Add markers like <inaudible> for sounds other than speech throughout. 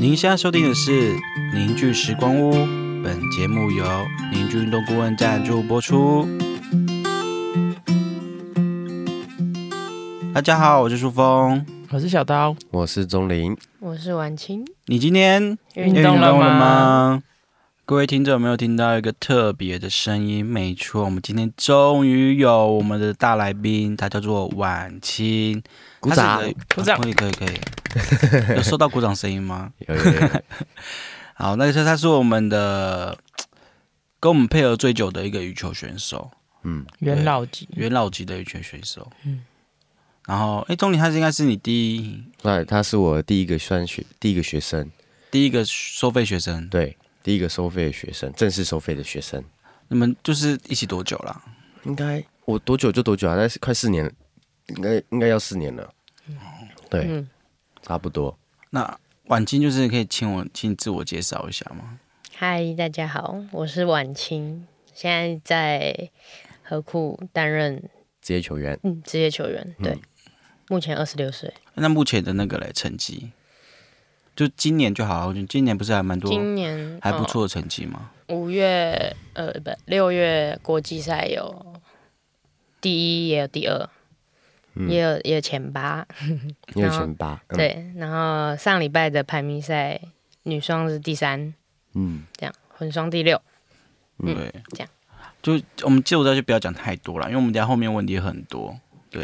您现在收听的是《凝聚时光屋》，本节目由凝聚运动顾问赞助播出。大家好，我是舒峰。我是小刀，我是钟林，我是婉清，你今天运动了吗运吗？各位听众有没有听到一个特别的声音？没错，我们今天终于有我们的大来宾，他叫做婉清。鼓掌 <laughs> 他是一个鼓掌啊可以可以可以。有收到鼓掌声音吗？有有有，好，那是他是我们的跟我们配合最久的一个羽球选手，嗯，元老级，元老级的羽球选手。嗯。然后，哎，钟林他是应该是你第一那他是我第一个算学第一个学生，第一个收费学生，对，第一个收费的学生，正式收费的学生，你们就是一起多久了？应该我多久就多久啊？那是快四年，应该应该要四年了，对，嗯差不多。那婉清就是可以请我请你自我介绍一下吗？嗨，大家好，我是婉清，现在在河库担任职业球员嗯职业球员，对，目前二十六岁，那目前的那个嘞成绩，就今年就好了，我觉得今年不是还蛮多今年还不，错的成绩吗？哦五、月呃不六月国际赛有第一也有第二，也有也有前八，因为前八，嗯，对，然后上礼拜的排名赛女双是第三，嗯，这样混双第六，嗯对，这样就我们记录在就不要讲太多了，因为我们等一下后面问题很多。对，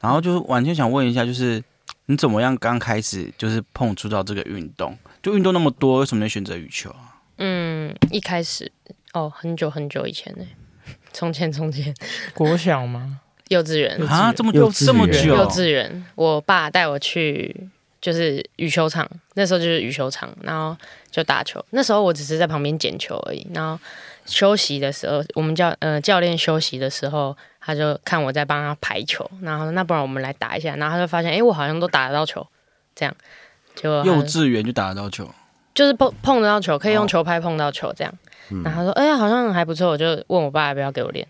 然后就是完全想问一下，就是你怎么样刚开始就是碰触到这个运动？就运动那么多，为什么你选择羽球啊？嗯，一开始哦很久很久以前呢、从前从前国小吗？幼稚园。啊，这么幼久稚这么园久，幼稚园，我爸带我去就是羽球场，那时候就是羽球场，然后就打球。那时候我只是在旁边捡球而已。然后休息的时候，我们教呃教练休息的时候，他就看我在帮他排球，然后他说那不然我们来打一下。然后他就发现，诶，我好像都打得到球，这样就幼稚园就打得到球，就是碰碰得到球，可以哦用球拍碰到球这样。然后他说，哎、呀，好像还不错，我就问我爸要不要给我练，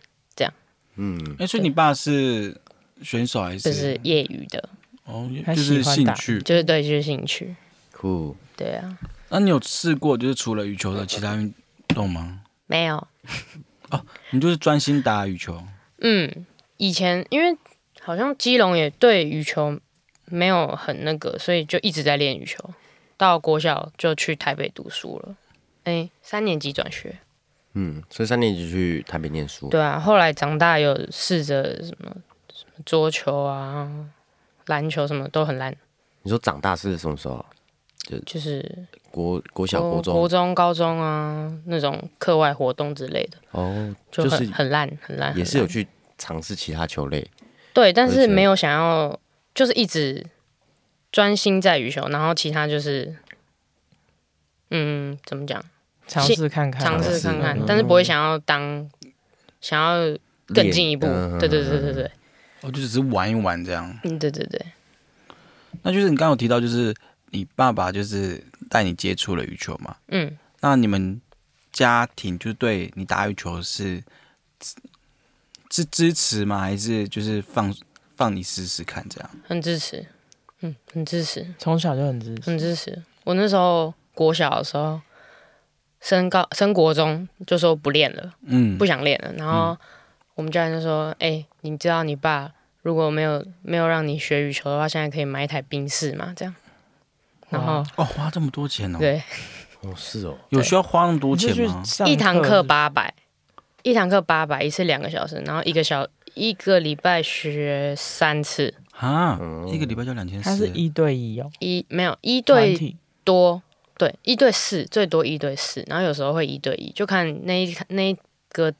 嗯，哎，所以你爸是选手还就是是业余的，哦，他就是喜欢兴打趣？就是对，就是兴趣，酷，对啊，那你有试过就是除了羽球的其他运动吗？没有。你就是专心打羽球，嗯，以前因为好像基隆也对羽球没有很那个，所以就一直在练羽球。到国小就去台北读书了，哎、三年级转学。嗯，所以三年级去台北念书，对啊，后来长大有试着什么什么桌球啊、篮球什么都很烂，你说长大是什么时候？啊就是国国小、国国中国中、高中啊那种课外活动之类的，哦，就就很、是很烂很烂。也很是有烂去尝试其他球类，对，但而且是没有想要，就是一直专心在羽球，然后其他就是，嗯，怎么讲，尝试看看，尝试试看看，嗯但是不会想要当，想要更进一步。练嗯对对对对对，哦，就只是玩一玩这样。嗯，对对对，那就是你刚刚有提到，就是你爸爸就是带你接触了羽球嘛？嗯，那你们家庭就对你打羽球是是支持吗？还是就是放放你试试看这样？很支持，嗯，很支持，从小就很支持。很支持。我那时候国小的时候，升高升国中就说不练了。嗯不，想练了。然后我们教练就说：“哎、你知道你爸如果没有没有让你学羽球的话，现在可以买一台冰室嘛？这样。”然后哦，花这么多钱哦，对，哦，是哦，有需要花那么多你是钱去吗？上一堂课是八百，一堂课八百，一次两个小时，然后一个小一个礼拜学三次，啊，一个礼拜就两千不是？它是四，一对一哦，一没有一团对体多，对一对四最多一对四，然后有时候会一对一，就看那一那一个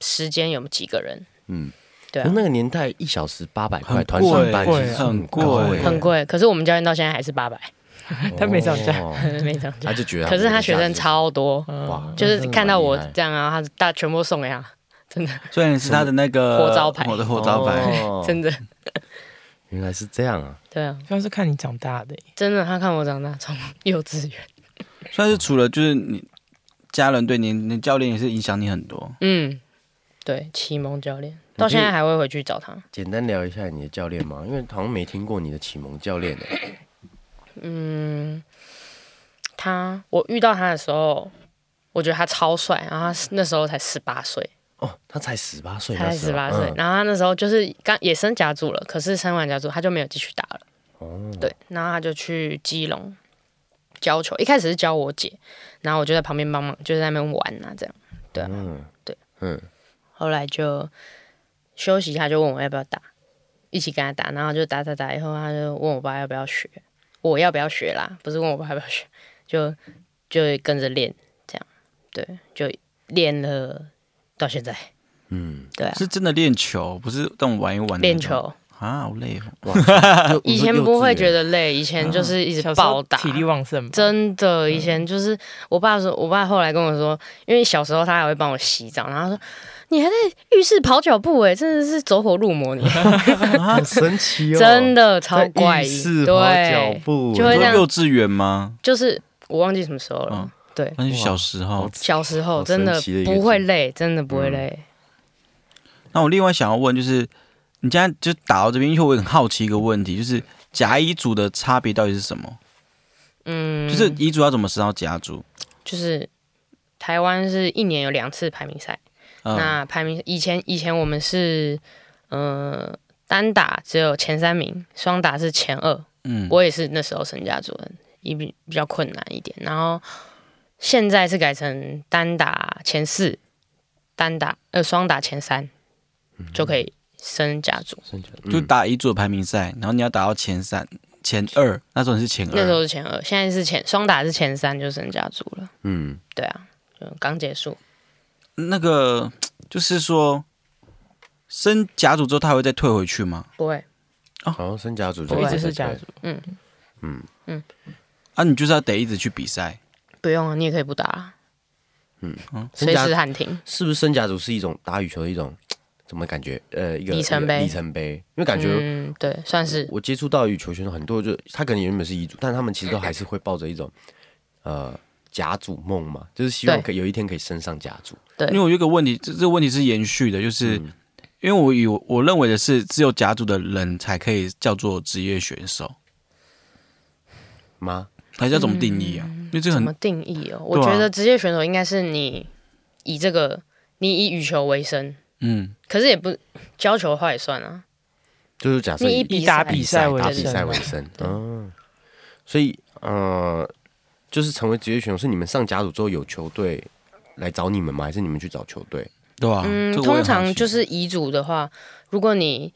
时间有几个人，嗯，对啊可是那个年代一小时八百块，很团上班贵其实很贵高欸很贵。可是我们教练到现在还是八百，他没涨价哦没涨价他。就觉得，可是他学生，超多，哇，就是嗯真的蛮看到我厉害哦这样啊，他大全部送给他，虽然是他的那个活招牌我的活招牌。哦 <laughs> 真的，原来是这样啊，对啊，像是看你长大的耶，真的，他看我长大，从 <laughs> 幼稚园，算是除了就是你家人对你，你教练也是影响你很多。嗯，对，启蒙教练，到现在还会回去找他，简单聊一欸下你的教练吗？因为好像没听过你的启蒙教练诶，嗯，他，我遇到他的时候，我觉得他超帅，然后他是那时候才十八岁，哦，他才十八岁，他才那时候十八岁，嗯然后他那时候就是刚也升甲组了，可是升完甲组他就没有继续打了。哦对，然后他就去基隆教球，一开始是教我姐，然后我就在旁边帮忙，就在那边玩啊，这样。对啊，对，嗯。后来就休息，他就问我要不要打，一起跟他打，然后就打打打，以后他就问我爸要不要学，我要不要学啦，不是问我爸要不要学，就就跟着练，这样，对，就练了到现在，嗯，对啊，是真的练球，不是让我玩一玩的那种练球。啊，好累哦。就以前不会觉得得累，以前就是一直小时暴候打，体力旺盛吧，真的，以前就是我爸说，我爸后来跟我说，因为小时候他还会帮我洗澡，然后他说你还在浴室跑脚步、欸，真的是走火入魔你， <laughs> 好神奇哦，真的超在怪浴异，室跑脚对，步，欸就会你这说样幼稚园吗？就是我忘记什么时候了，嗯对，那是小时候哇。小时候好真神的奇的一个不会累，真的不会累，那我另外想要问，就是你现在就打到这边，因为我很好奇一个问题，就是甲乙组的差别到底是什么？嗯，就是乙组要怎么升到甲组？就是台湾是一年有两次排名赛，嗯，那排名以前以前我们是呃单打只有前三名，双打是前二。嗯我也是那时候身家主任，也比比较困难一点。然后现在是改成单打前四，单打呃双打前三、就可以升家族。就打乙组的排名赛，然后你要打到前三、前二，那时候你是前那时二，候是前二，现在是前双打是前三就升家族了。嗯，对啊，就刚结束。那个就是说升甲组之后，他还会再退回去吗？不会，好，升甲组我就一对直是家族，啊，你就是要得一直去比赛，不用啊，你也可以不打啊，哦升随甲时喊停。是不是升甲组是一种打羽球的一种怎么感觉？呃，一个里程碑一个里程碑，因为感觉嗯，对，算是我接触到羽球选手很多就，他可能原本是乙组，但他们其实都还是会抱着一种呃甲组梦嘛，就是希望对可以有一天可以升上甲组。因为我有一个问题，这这个问题是延续的，就是。嗯因为我以我认为的是，只有甲组的人才可以叫做职业选手，吗？还是要怎么定义啊？因为这个嗯怎很么定义哦？我对啊觉得职业选手应该是你以这个，你以羽球为生，嗯，可是也不教球的话也算啊，就是假设你以以比以打赛比赛赛打为比生赛为生，嗯，所以呃，就是成为职业选手是你们上甲组之后有球队来找你们吗？还是你们去找球队？对吧、嗯，啊这个我也通好奇常就是遗嘱的话，如果你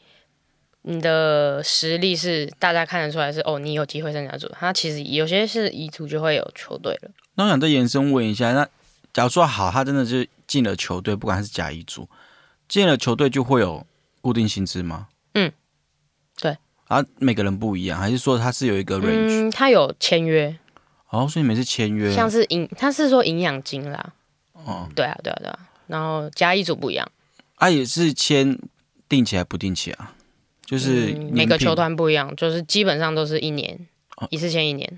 你的实力是大家看得出来是哦，你有机会参加组，他其实有些是遗嘱就会有球队了，那我想再延伸问一下，那假如说好，他真的是进了球队，不管他是甲乙组，进了球队就会有固定薪资吗？嗯，对。啊，每个人不一样，还是说他是有一个 range？、嗯，他有签约，哦，所以你们是签约，像是营，他是说营养金啦，哦，对啊，对啊，对啊，然后加一组不一样，啊也是签定期还不定期啊？就是、嗯每个球，团不一样，就是基本上都是一年哦一次签一年，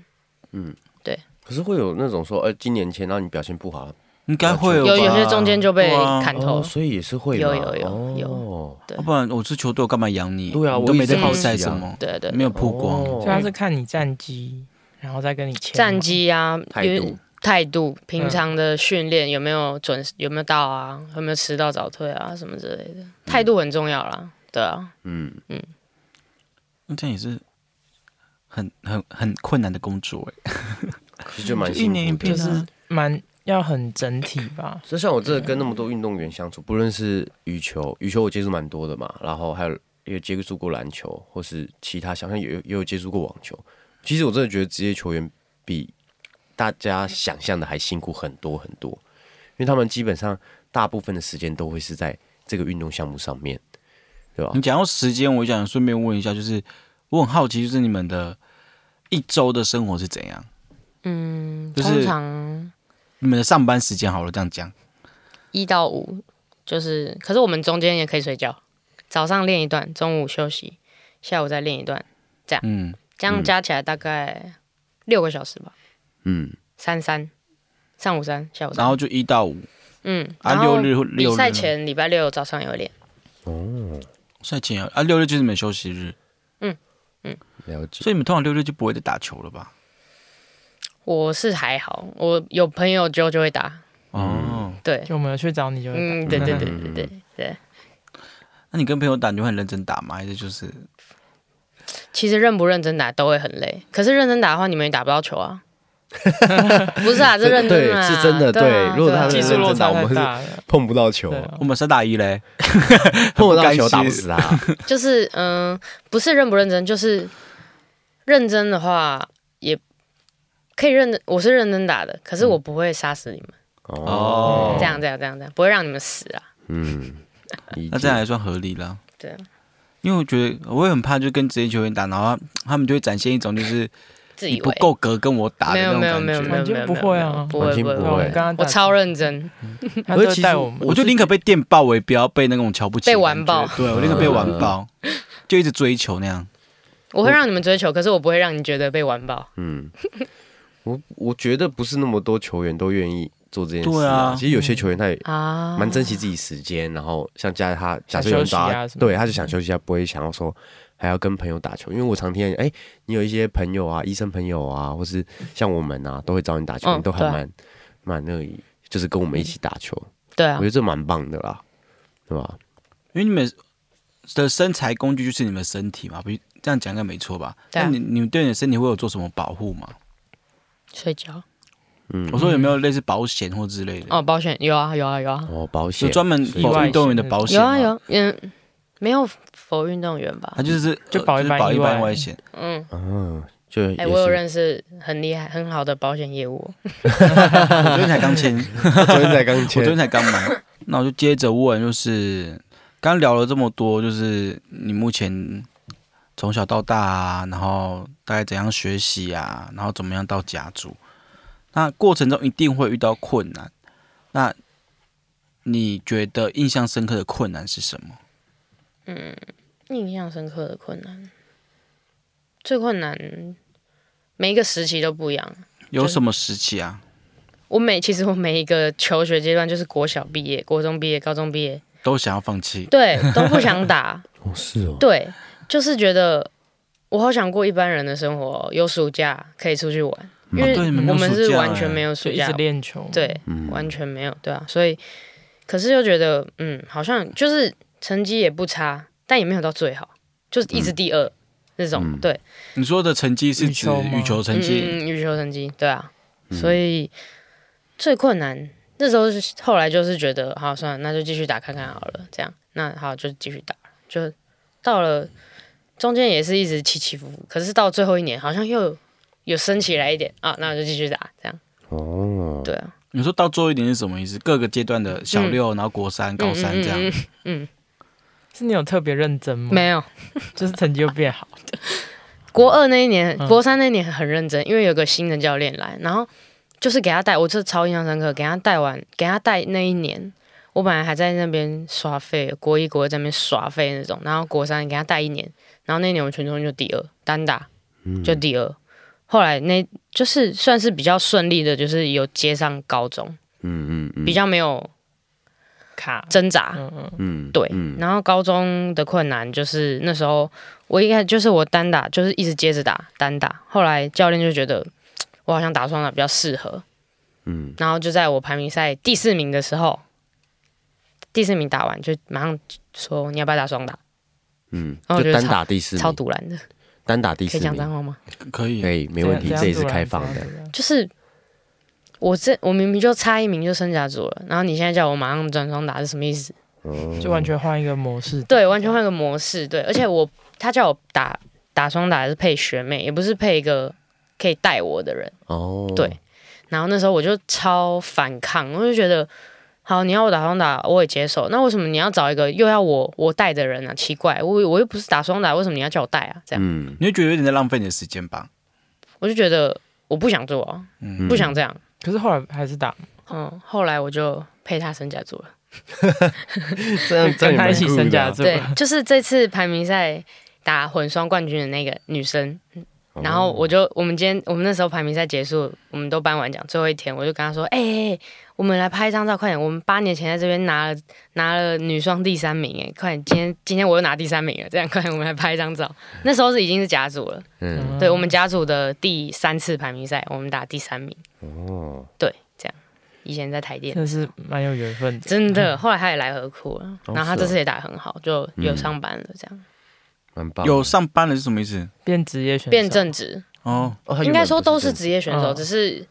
可是会有那种说，呃，今年签，然后你表现不好，应该会有吧有些中间就被对啊砍头哦，了，所以也是会有嘛有有有哦要不然我是球队，我干嘛养你？对啊你我都一没在直比好赛奇什啊么，对对对没有曝光。哦所以他是看你战绩，然后再跟你签战绩啊，态因为度态度，平常嗯的训练有没有准时，有没有到啊，有没有迟到早退啊，什么之类的，态度很重要啦。对啊，嗯，那这样也是很很很困难的工作哎、其实就蛮就一辛年一苦遍的。就啊是蛮要很整体吧，就像我这跟那么多运动员相处，不论是羽球，羽球我接触蛮多的嘛，然后还有也有接触过篮球，或是其他想象也有也有接触过网球。其实我真的觉得职业球员比大家想象的还辛苦很多很多，因为他们基本上大部分的时间都会是在这个运动项目上面，对吧你？讲到时间，我想顺便问一下，就是我很好奇，就是你们的一周的生活是怎样？嗯，就是通常你们的上班时间好了，这样讲，一到五就是，可是我们中间也可以睡觉，早上练一段，中午休息，下午再练一段，嗯，这样加起来大概六个小时吧，嗯，三三，上午三，下午然三后，就一到五，嗯，啊然后六日或比六日赛呢前礼拜六早上有练，赛前有啊，六日就是你们休息日，嗯了解。所以你们通常六日就不会再打球了吧？我是还好，我有朋友就就会打，嗯哦，对，就我们有去找你就会打嗯，对对对对对对。那你跟朋友打你就很认真打吗？还是就是哦其实认不认真打都会很累，可是认真打的话，你们也打不到球啊。不是啊，这认真对的啊，是真的对啊。对如果他对技啊术落差我们太是大了，碰不到球对，啊我们三打一嘞？碰不到甘球打心不死他。就是嗯、不是认不认真，就是认真的话也可以认真，我是认真打的，可是我不会杀死你们， <laughs> 哦这样这样这样这样，不会让你们死啊。嗯，理那解这样还算合理啦。对啊，因为我觉得我也很怕，就跟职业球员打，然后他们就会展现一种就是自你以不为够格跟我打的没那有种没感有觉。没有没有完没全有不会啊不会完全不会不不对啊会，我会们刚刚我打超认真，他而都且其带实我们，我就宁可被电爆，我也不要被那种瞧不起的感被觉、完爆对我宁可被完 <laughs> 爆，就一直追求那样。我会让你们追求，可是我不会让你觉得被完爆。嗯， <laughs> 我我觉得不是那么多球员都愿意做这件事对啊其实有些球员他也啊，蛮珍惜自己时间，然后像加他假设想有人休息啊找他，什么的对，他就想休息一下，不会想要说还要跟朋友打球，因为我常听见，哎、你有一些朋友啊，医生朋友啊，或是像我们啊，都会找你打球，嗯你都还对啊蛮蛮乐意，就是跟我们一起打球，对我啊觉，得这蛮棒的啦，对吧？因为你们的身材工具就是你们身体嘛，不这样讲应该没错吧？对啊那你你们对你的身体会有做什么保护吗？睡觉我说有没有类似保险或之类的？嗯哦，保险有啊有啊有啊哦，保就险专门意保外运动员的保险有吗啊有，啊，嗯，没有否运动员吧它？就是就保一呃般保一意外般外险。嗯，嗯，就也哎，我有是，认识很厉害很好的保险业务哦，我昨天才刚签，我我昨天才刚昨天签，才刚买。那我就接着问，就是刚聊了这么多，就是你目前从小到大啊，然后大概怎样学习啊，然后怎么样到家住，那过程中一定会遇到困难。那你觉得印象深刻的困难是什么？印象深刻的困难，最困难，每一个时期都不一样。有什么时期啊，我每其实我每一个求学阶段，就是国小毕业、国中毕业、高中毕业，都想要放弃？对， <laughs> 都不想打，哦，是哦，对，就是觉得我好想过一般人的生活哦，有暑假可以出去玩，因嗯为哦对你们没有我们暑是假完全哎没有就暑一假直，练球，，对，嗯完全没有，对啊，所以可是又觉得，嗯，好像就是成绩也不差，但也没有到最好，就是一直第二、那种，对，你说的成绩是羽指球吗羽球嗯成绩？嗯嗯嗯嗯羽球成绩，对啊，所以最困难那时候是后来就是觉得，好算了，那就继续打看看好了，这样，那好就继续打，就到了中间也是一直起起伏伏，可是到最后一年好像又有升起来一点啊，那我就继续打，这样，哦，对啊，你说到最后一点是什么意思？各个阶段的小六，然后国三、高三这样，嗯嗯嗯嗯，是你有特别认真吗？没，有。就是成绩又变好，国二那一年，嗯国三那一年很认真，因为有个新的教练来，然后就是给他带，我这超印象深刻，给他带完，给他带那一年，我本来还在那边刷费，国一国二在那边耍费那种，然后国三给他带一年，然后那一年我们全中就第二，单打就第二，后来那就是算是比较顺利的，就是有接上高中，嗯嗯嗯，比较没有卡，挣扎，嗯嗯，嗯，对，嗯然后高中的困难就是那时候我一开始就是我单打，就是一直接着打单打，后来教练就觉得我好像打双打比较适合，嗯，然后就在我排名赛第四名的时候，第四名打完就马上说你要不要打双打，嗯，然后我觉就得单打第四超名，堵拦的，单打第可四以讲脏名，话吗？可以。可以，没问题，样这也是突然开放的这。样就是我这我明明就差一名就升甲组了，然后你现在叫我马上转双打是什么意思？嗯就完全换一个模式，对，完全换个模式。对，而且我他叫我打打双打是配学妹，也不是配一个可以带我的人。哦，对，然后那时候我就超反抗，我就觉得，好，你要我打双打我也接受，那为什么你要找一个又要我我带的人啊？奇怪，我我又不是打双打，为什么你要叫我带啊？这样，嗯，你会觉得有点在浪费你的时间吧？我就觉得我不想做啊，嗯不 <laughs> 想这样。可是后来还是打，嗯，后来我就配他升甲组了。这样这跟样也他蛮一起酷升的甲啊组，对，就是这次排名赛打混双冠军的那个女生，哦然后我就我们今天我们那时候排名赛结束，我们都颁完奖最后一天，我就跟他说：“哎、哎哎我们来拍一张照，快点！我们八年前在这边拿了拿了女双第三名，哎，快点！今天今天我又拿第三名了，这样快点，我们来拍一 <laughs> 张照。”那时候是已经是甲组了，嗯，对我们甲组的第三次排名赛，我们打第三名，哦，对，这样。以前在台电真，嗯的是蛮有缘分的。嗯真的，后来他也来河库了，哦然后他是这哦次也打得很好，就有上班了，这样蛮棒的。有上班了是什么意思？变职业选手，嗯变正职，哦，哦，他原本应该说不都是是职业选手，嗯只是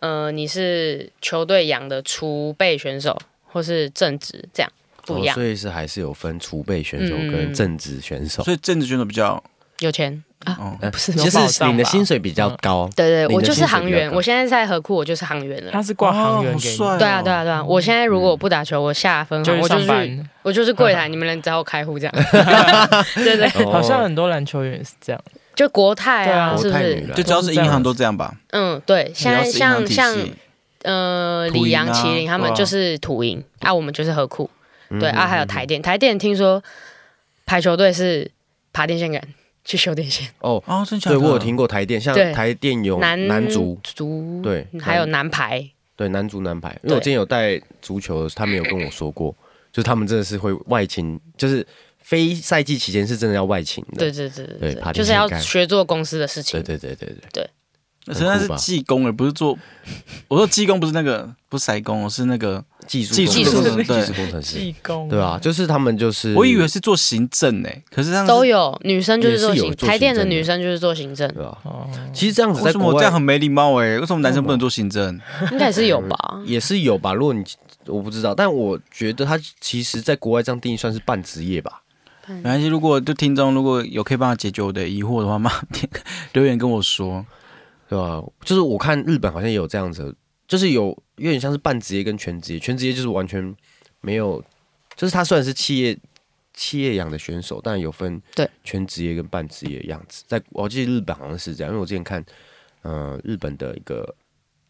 呃你是球队养的储备选手或是正职这样这不样一样哦，所，以是还是有分储备选手嗯跟正职选手。所以政治选手比较有钱啊，哦，呃不是就有保障是吧领的薪水比嗯较高，对对，你的我就是薪水航员，比较高啊我现在在河库，我就是航员了。他是挂航哦员好给你，帅哦对啊，对啊，对啊！我现在如嗯果我不打球，我下分行，是我就上是班。我就是柜台，你们能找我开户这样？对对，哦好像很多篮球员也是这样，就国泰 <laughs> 对啊啊，是国不泰女是？篮就只要是银行都这样吧。嗯，对，现在只要像是银像行体系呃，土李银阳、啊麒麟他们对哦啊就是土银啊，我们就是河库，嗯对啊，还有台电，台电听说排球队是爬电线杆去修电线，哦。哦，真假对的？我有听过台电，像对台电有男哦男足，足嗯对还有男排，对男足男排，因为我对之前有带足球的时候，他们有跟我说过，就是他们真的是会外勤，就是非赛季期间是真的要外勤的。对对对对爬电就是要线杆学做公司的事情，对对对对对，现在很是酷吧技工欸而不是做。我说技工不是那个，不是筛工，我是那个，技术技工术程程工技对术工程师，技工对啊，就是他们就是，我以为是做行政诶，可是这样子都有女生就是做也是有行，做台电的行政的女生就是做 <laughs> 行政，对啊，哦，其实这样子为在什么国我这样外很没礼貌欸诶？为什么男生不能做行政？应该也是有吧？也是有吧。如果你我不知道，但我觉得他其实在国外这样定义算是半职业吧。嗯没关系，如果就听众如果有可以帮他解决我的疑惑的话，麻烦留言跟我说。对啊，就是我看日本好像也有这样子的，就是有有点像是半职业跟全职业，全职业就是完全没有，就是他虽然是企业企业养的选手，但有分对全职业跟半职业的样子。在我记得日本好像是这样，因为我之前看呃日本的一个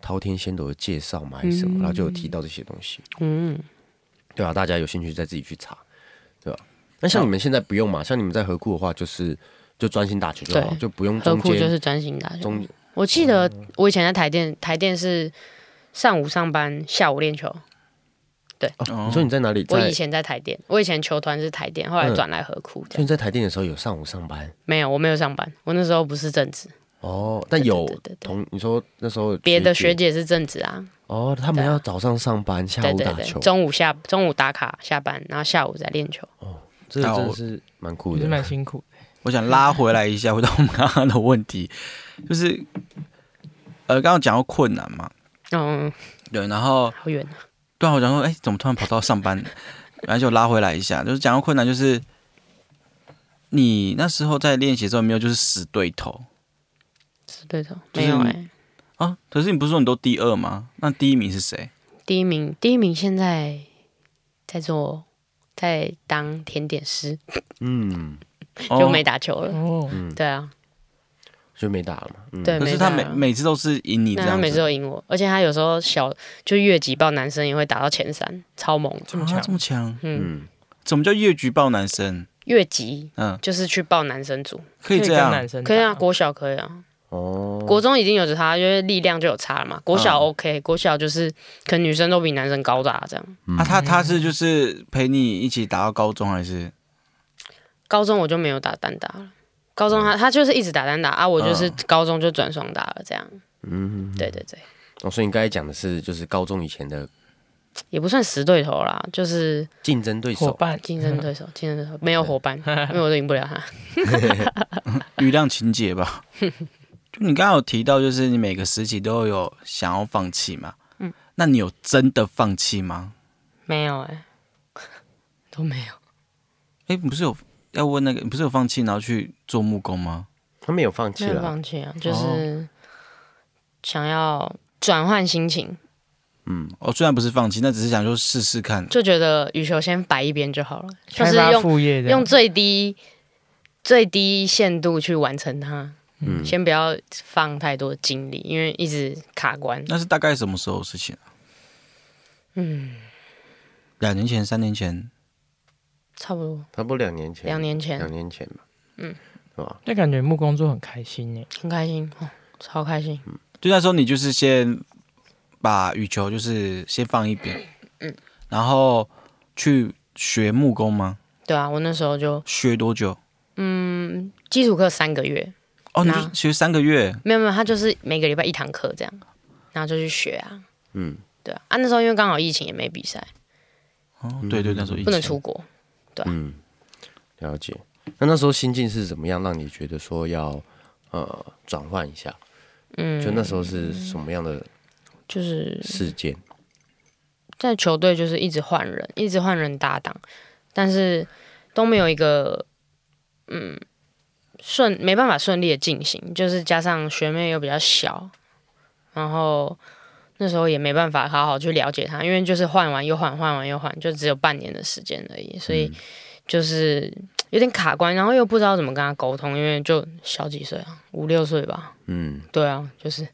滔天仙斗的介绍嘛还是什么，嗯然后就有提到这些东西。嗯，对啊，大家有兴趣再自己去查，对吧、那像你们现在不用嘛，像你们在河库的话，就是就专心打球就好，对就不用何中库间、就是专心打球。中我记得我以前在台电，台电是上午上班，下午练球。哦。你说你在哪里？我在以前在台电，我以前球团是台电，后来嗯转来河库这所以样。你在台电的时候有上午上班没有，我没有上班，我那时候不是正职，哦，但对有对对对同你说那时候有别的学姐姐是正职啊。哦，他们要早上上班，下对午对打对，球，中午下中午打卡下班，然后下午再练球。这个那真的我是蛮酷也是蛮 <laughs> 的。辛苦的。我想拉回来一下，回到我们刚刚的问题，就是呃，刚刚讲到困难嘛，嗯，对，然后好远啊。对啊，我讲说，哎、怎么突然跑到上班？然后就拉回来一下，就是讲到困难，就是你那时候在练习的时候有没有就是死对头是对头，就没是有你哎、啊？可是你不是说你都第二吗？那第一名是谁？第一名，第一名现在在做，在当甜点师，嗯，就哦嗯没打球了。哦，对啊，就没打了嘛。嗯，对，可没是他打每了每次都是赢你这那他样啊每次子，都赢我，而且他有时候小就越级报男生也会打到前三，超猛的。这么啊强这，么强，嗯，嗯，怎么叫越局爆男生？越级嗯，就是去报男生组，可以可以这跟样男，生可以啊，打国小可以啊，哦，国中已经有着差，因为力量就有差了嘛。国小嗯 OK，国小就是可能女生都比男生高大这样。啊，嗯他他是就是陪你一起打到高中还是？高中我就没有打单打了，高中他他就是一直打单打啊，我就是高中就转双打了这样。嗯，对对对，哦，所以你刚才讲的是就是高中以前的也不算死对头啦，就是竞争对伙手，伴竞争对手， <laughs> 竞争对手没有伙伴，因为我都赢不了他。余量情节 <laughs> 吧。就你刚刚有提到，就是你每个时期都有想要放弃嘛？嗯，那你有真的放弃吗？没有哎、都没有。哎，不是有要问那个，你不是有放弃然后去做木工吗？他没有放弃没有了。放弃啊，就是想要转换心情，哦，虽然不是放弃，那只是想说试试看。就觉得羽球先摆一边就好了，就是开发用副业这样用最低最低限度去完成它。嗯先不要放太多精力，因为一直卡关。那是大概什么时候的事情、啊？嗯，两年前、三年前，差不多差不多两年前，两年前两年前吧。嗯，是吧？那感觉木工做很开心呢。很开心，哦、超开心。就那时候你就是先把羽球就是先放一边，嗯然后去学木工吗？对啊，我那时候就学多久？嗯，基础课三个月，哦，你那就学三个月，没有没有，他就是每个礼拜一堂课这样，然后就去学啊。嗯，对啊，啊那时候因为刚好疫情也没比赛，哦，对对，那时候疫情不能出国，嗯，了解。那那时候心境是怎么样，让你觉得说要呃转换一下？嗯，就那时候是什么样的就是事件？在球队就是一直换人，一直换人搭档，但是都没有一个嗯顺没办法顺利的进行，就是加上学妹又比较小，然后那时候也没办法好好去了解她，因为就是换完又换，换完又换，就只有半年的时间而已，所以就是有点卡关，然后又不知道怎么跟她沟通，因为就小几岁啊，五六岁吧，嗯对啊，就是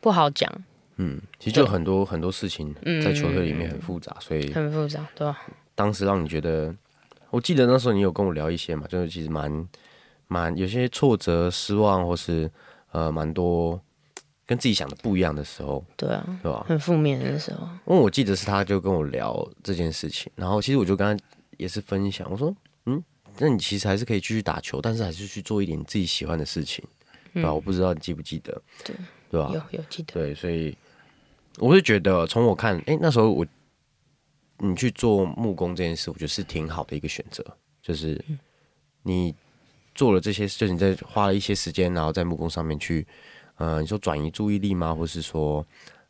不好讲，嗯，其实就很多很多事情在球队里面很复杂，嗯所以很复杂，对吧、当时让你觉得，我记得那时候你有跟我聊一些嘛，就是其实蛮蛮有些挫折、失望，或是呃蛮多跟自己想的不一样的时候，对啊，对吧？很负面的那时候。因为我记得是他就跟我聊这件事情，然后其实我就跟他也是分享，我说，嗯，那你其实还是可以继续打球，但是还是去做一点你自己喜欢的事情，对吧？我不知道你记不记得，嗯对对吧？有有记啊得，对，所以我是觉得从我看，哎、那时候我你去做木工这件事，我觉得是挺好的一个选择，就是你做了这些事，就是你在花了一些时间，然后在木工上面去，呃，你说转移注意力吗？或是说，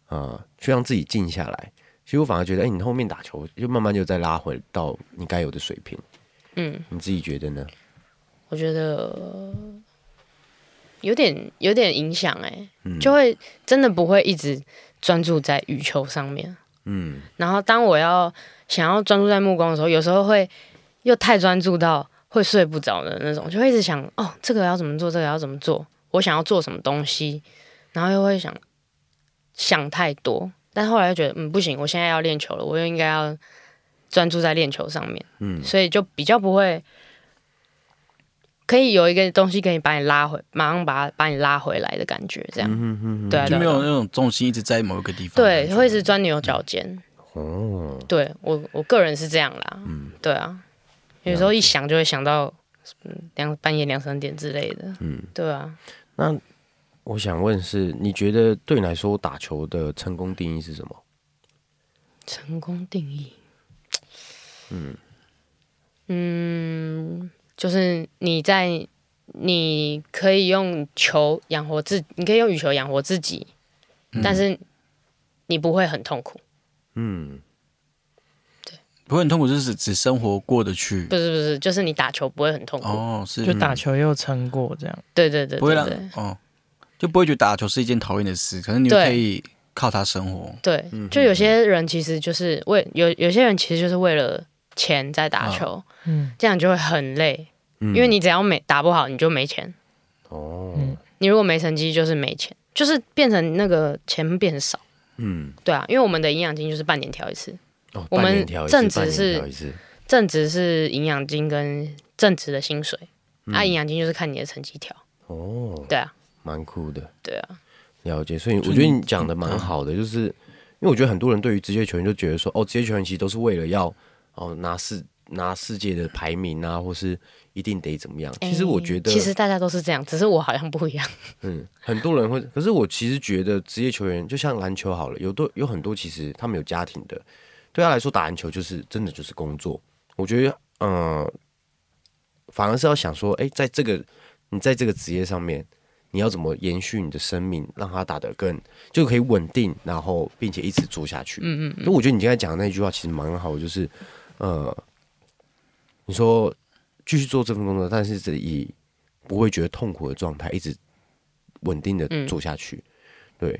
呃，去让自己静下来。其实我反而觉得，哎、你后面打球就慢慢就再拉回到你该有的水平，嗯，你自己觉得呢？我觉得呃有点有点影响哎、就会真的不会一直专注在羽球上面。嗯，然后当我要想要专注在木工的时候，有时候会又太专注到会睡不着的那种，就会一直想哦，这个要怎么做，这个要怎么做，我想要做什么东西，然后又会想想太多，但后来又觉得嗯不行，我现在要练球了，我又应该要专注在练球上面，嗯所以就比较不会。可以有一个东西可以把你拉回，马上把把你拉回来的感觉，这样，嗯哼对啊，就对啊没有对啊那种重心一直在某一个地方。对，会一直钻牛角尖，哼，哦，对我我个人是这样啦，嗯对啊，有时候一想就会想到嗯两半夜两三点之类的，嗯。对啊，那我想问是，你觉得对你来说打球的成功定义是什么？成功定义，嗯就是你在你可以用球养活自，你可以用羽球养活自己，嗯但是你不会很痛苦，嗯，不会很痛苦，就是只生活过得去不。是不是，就是你打球不会很痛苦，哦，是就嗯打球又撑过这样，对对对不会对让对哦，就不会觉得打球是一件讨厌的事，可是你又对可以靠它生活。对，嗯就有些人其实就是为有有些人其实就是为了钱在打啊球。嗯，这样就会很累，因因为你只要没打不好，你就没钱。哦，你如果没成绩，就是没钱，就是变成那个钱变少。嗯，对啊，因为我们的营养金就是半年调一次，哦，我们半年调一次正职半年是调一次正职是营养金跟正职的薪水，嗯那、营养金就是看你的成绩调。哦，对啊，蛮酷的，对啊，了解。所以我就觉得你你讲的蛮好的，就是因为我觉得很多人对于职业球员就觉得说，哦，职业球员其实都是为了要哦拿世拿世界的排名啊，或是一定得怎么样。其实我觉得，其实大家都是这样，只是我好像不一样。嗯，很多人会，可是我其实觉得职业球员就像篮球好了，有多有很多其实他们有家庭的，对他来说打篮球就是真的就是工作。我觉得，呃，反而是要想说，哎、在这个你在这个职业上面，你要怎么延续你的生命，让他打得更就可以稳定，然后并且一直做下去。嗯嗯嗯。我觉得你刚才讲的那句话其实蛮好的，就是，呃，你说继续做这份工作，但是这以不会觉得痛苦的状态一直稳定的嗯做下去。对。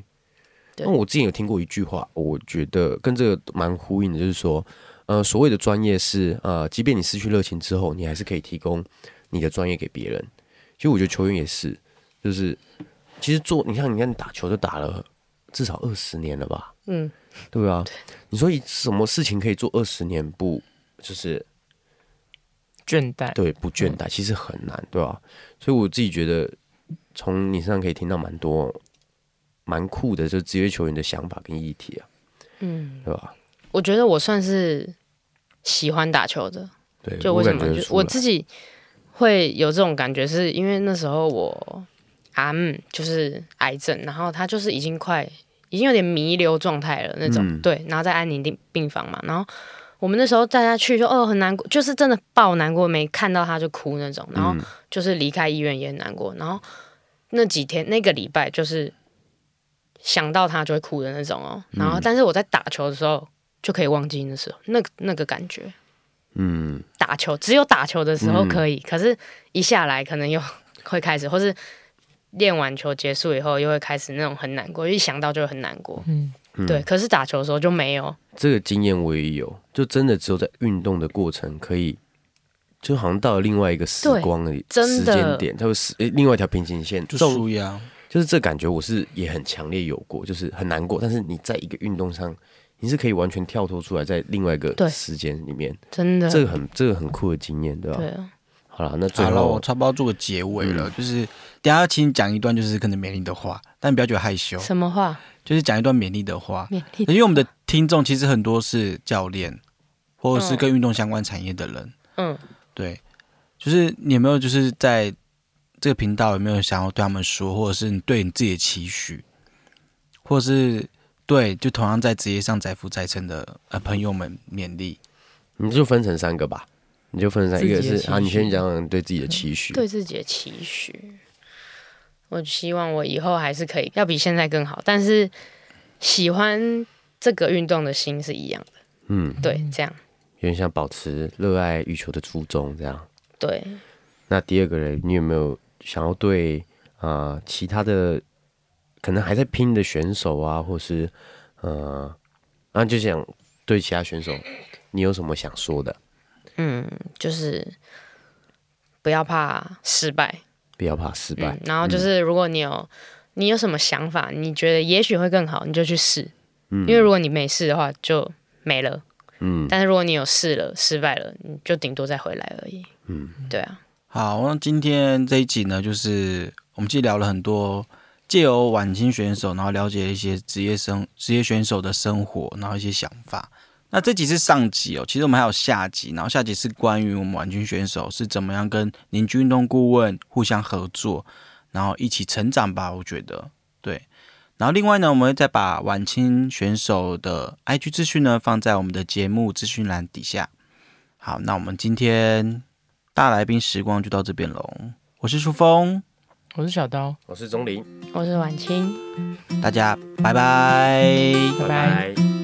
对那我之前有听过一句话，我觉得跟这个蛮呼应的，就是说，呃，所谓的专业是，呃，即便你失去热情之后，你还是可以提供你的专业给别人。其实我觉得球员也是，就是其实做，你看，你看你打球都打了至少二十年了吧，嗯，对吧、你说以什么事情可以做二十年不就是倦怠，对，不倦嗯怠，其实很难，对吧、所以我自己觉得，从你身上可以听到蛮多蛮酷的，就职业球员的想法跟议题啊，嗯，对吧？我觉得我算是喜欢打球的，对，就我为什感么觉得就出我来自己会有这种感觉，是因为那时候我阿姆就是癌症，然后他就是已经快已经有点弥留状态了那种，嗯对，然后在安宁病病房嘛，然后我们那时候带他去就哦很难过，就是真的爆难过，没看到他就哭那种，然嗯后就是离开医院也很难过，然后那几天那个礼拜就是想到他就会哭的那种哦，然嗯后但是我在打球的时候就可以忘记那时候那个那个感觉，嗯，打球，只有打球的时候嗯可以，可是一下来可能又 <laughs> 会开始，或是练完球结束以后又会开始那种很难过，一想到就很难过。嗯，对，可是打球的时候就没有，这个经验我也有，就真的只有在运动的过程可以，就好像到了另外一个时对光的时真的间点，它会是诶另外一条平行线，就这种输呀，就是这感觉，我是也很强烈有过，就是很难过，但是你在一个运动上，你是可以完全跳脱出来，在另外一个对时间里面，真的。这个很这个很酷的经验，对吧？对，啊好了，那最好了，我后嗯差不多做个结尾了，就是等一下请你讲一段就是可能勉励的话，但不要觉得害羞，什么话？就是讲一段勉励的话，勉励因为我们的听众其实很多是教练，或者是嗯跟运动相关产业的人，嗯，对，就是你有没有就是在这个频道有没有想要对他们说，或者是你对你自己的期许，或者是对就同样在职业上载浮载沉的呃朋友们勉励？你就分成三个吧，你就分成三个，一个自己的是啊，期你先许讲讲对自己的期许，对自己的期许，我希望我以后还是可以，要比现在更好。但是喜欢这个运动的心是一样的。嗯，对，这样有点像保持热爱羽球的初衷这样。对。那第二个人，你有没有想要对啊、呃其他的可能还在拼的选手啊，或是呃，啊就想对其他选手，你有什么想说的？嗯，就是不要怕失败，不要怕失败嗯，，然后就是如果你有、你有什么想法，你觉得也许会更好，你就去试，因为如果你没试的话就没了，嗯，但是如果你有试了，失败了，你就顶多再回来而已，嗯，对啊，好，那今天这一集呢，就是我们既聊了很多，借由晚清选手，然后了解一些职业生职业选手的生活，然后一些想法。那这集是上集哦，其实我们还有下集，然后下集是关于我们晚军选手是怎么样跟邻居运动顾问互相合作，然后一起成长吧，我觉得对。然后另外呢，我们会再把晚清选手的 IG 资讯呢放在我们的节目资讯栏底下。好，那我们今天大来宾时光就到这边喽。我是舒峰，我是小刀，我是钟林，我是婉清。大家拜拜拜拜拜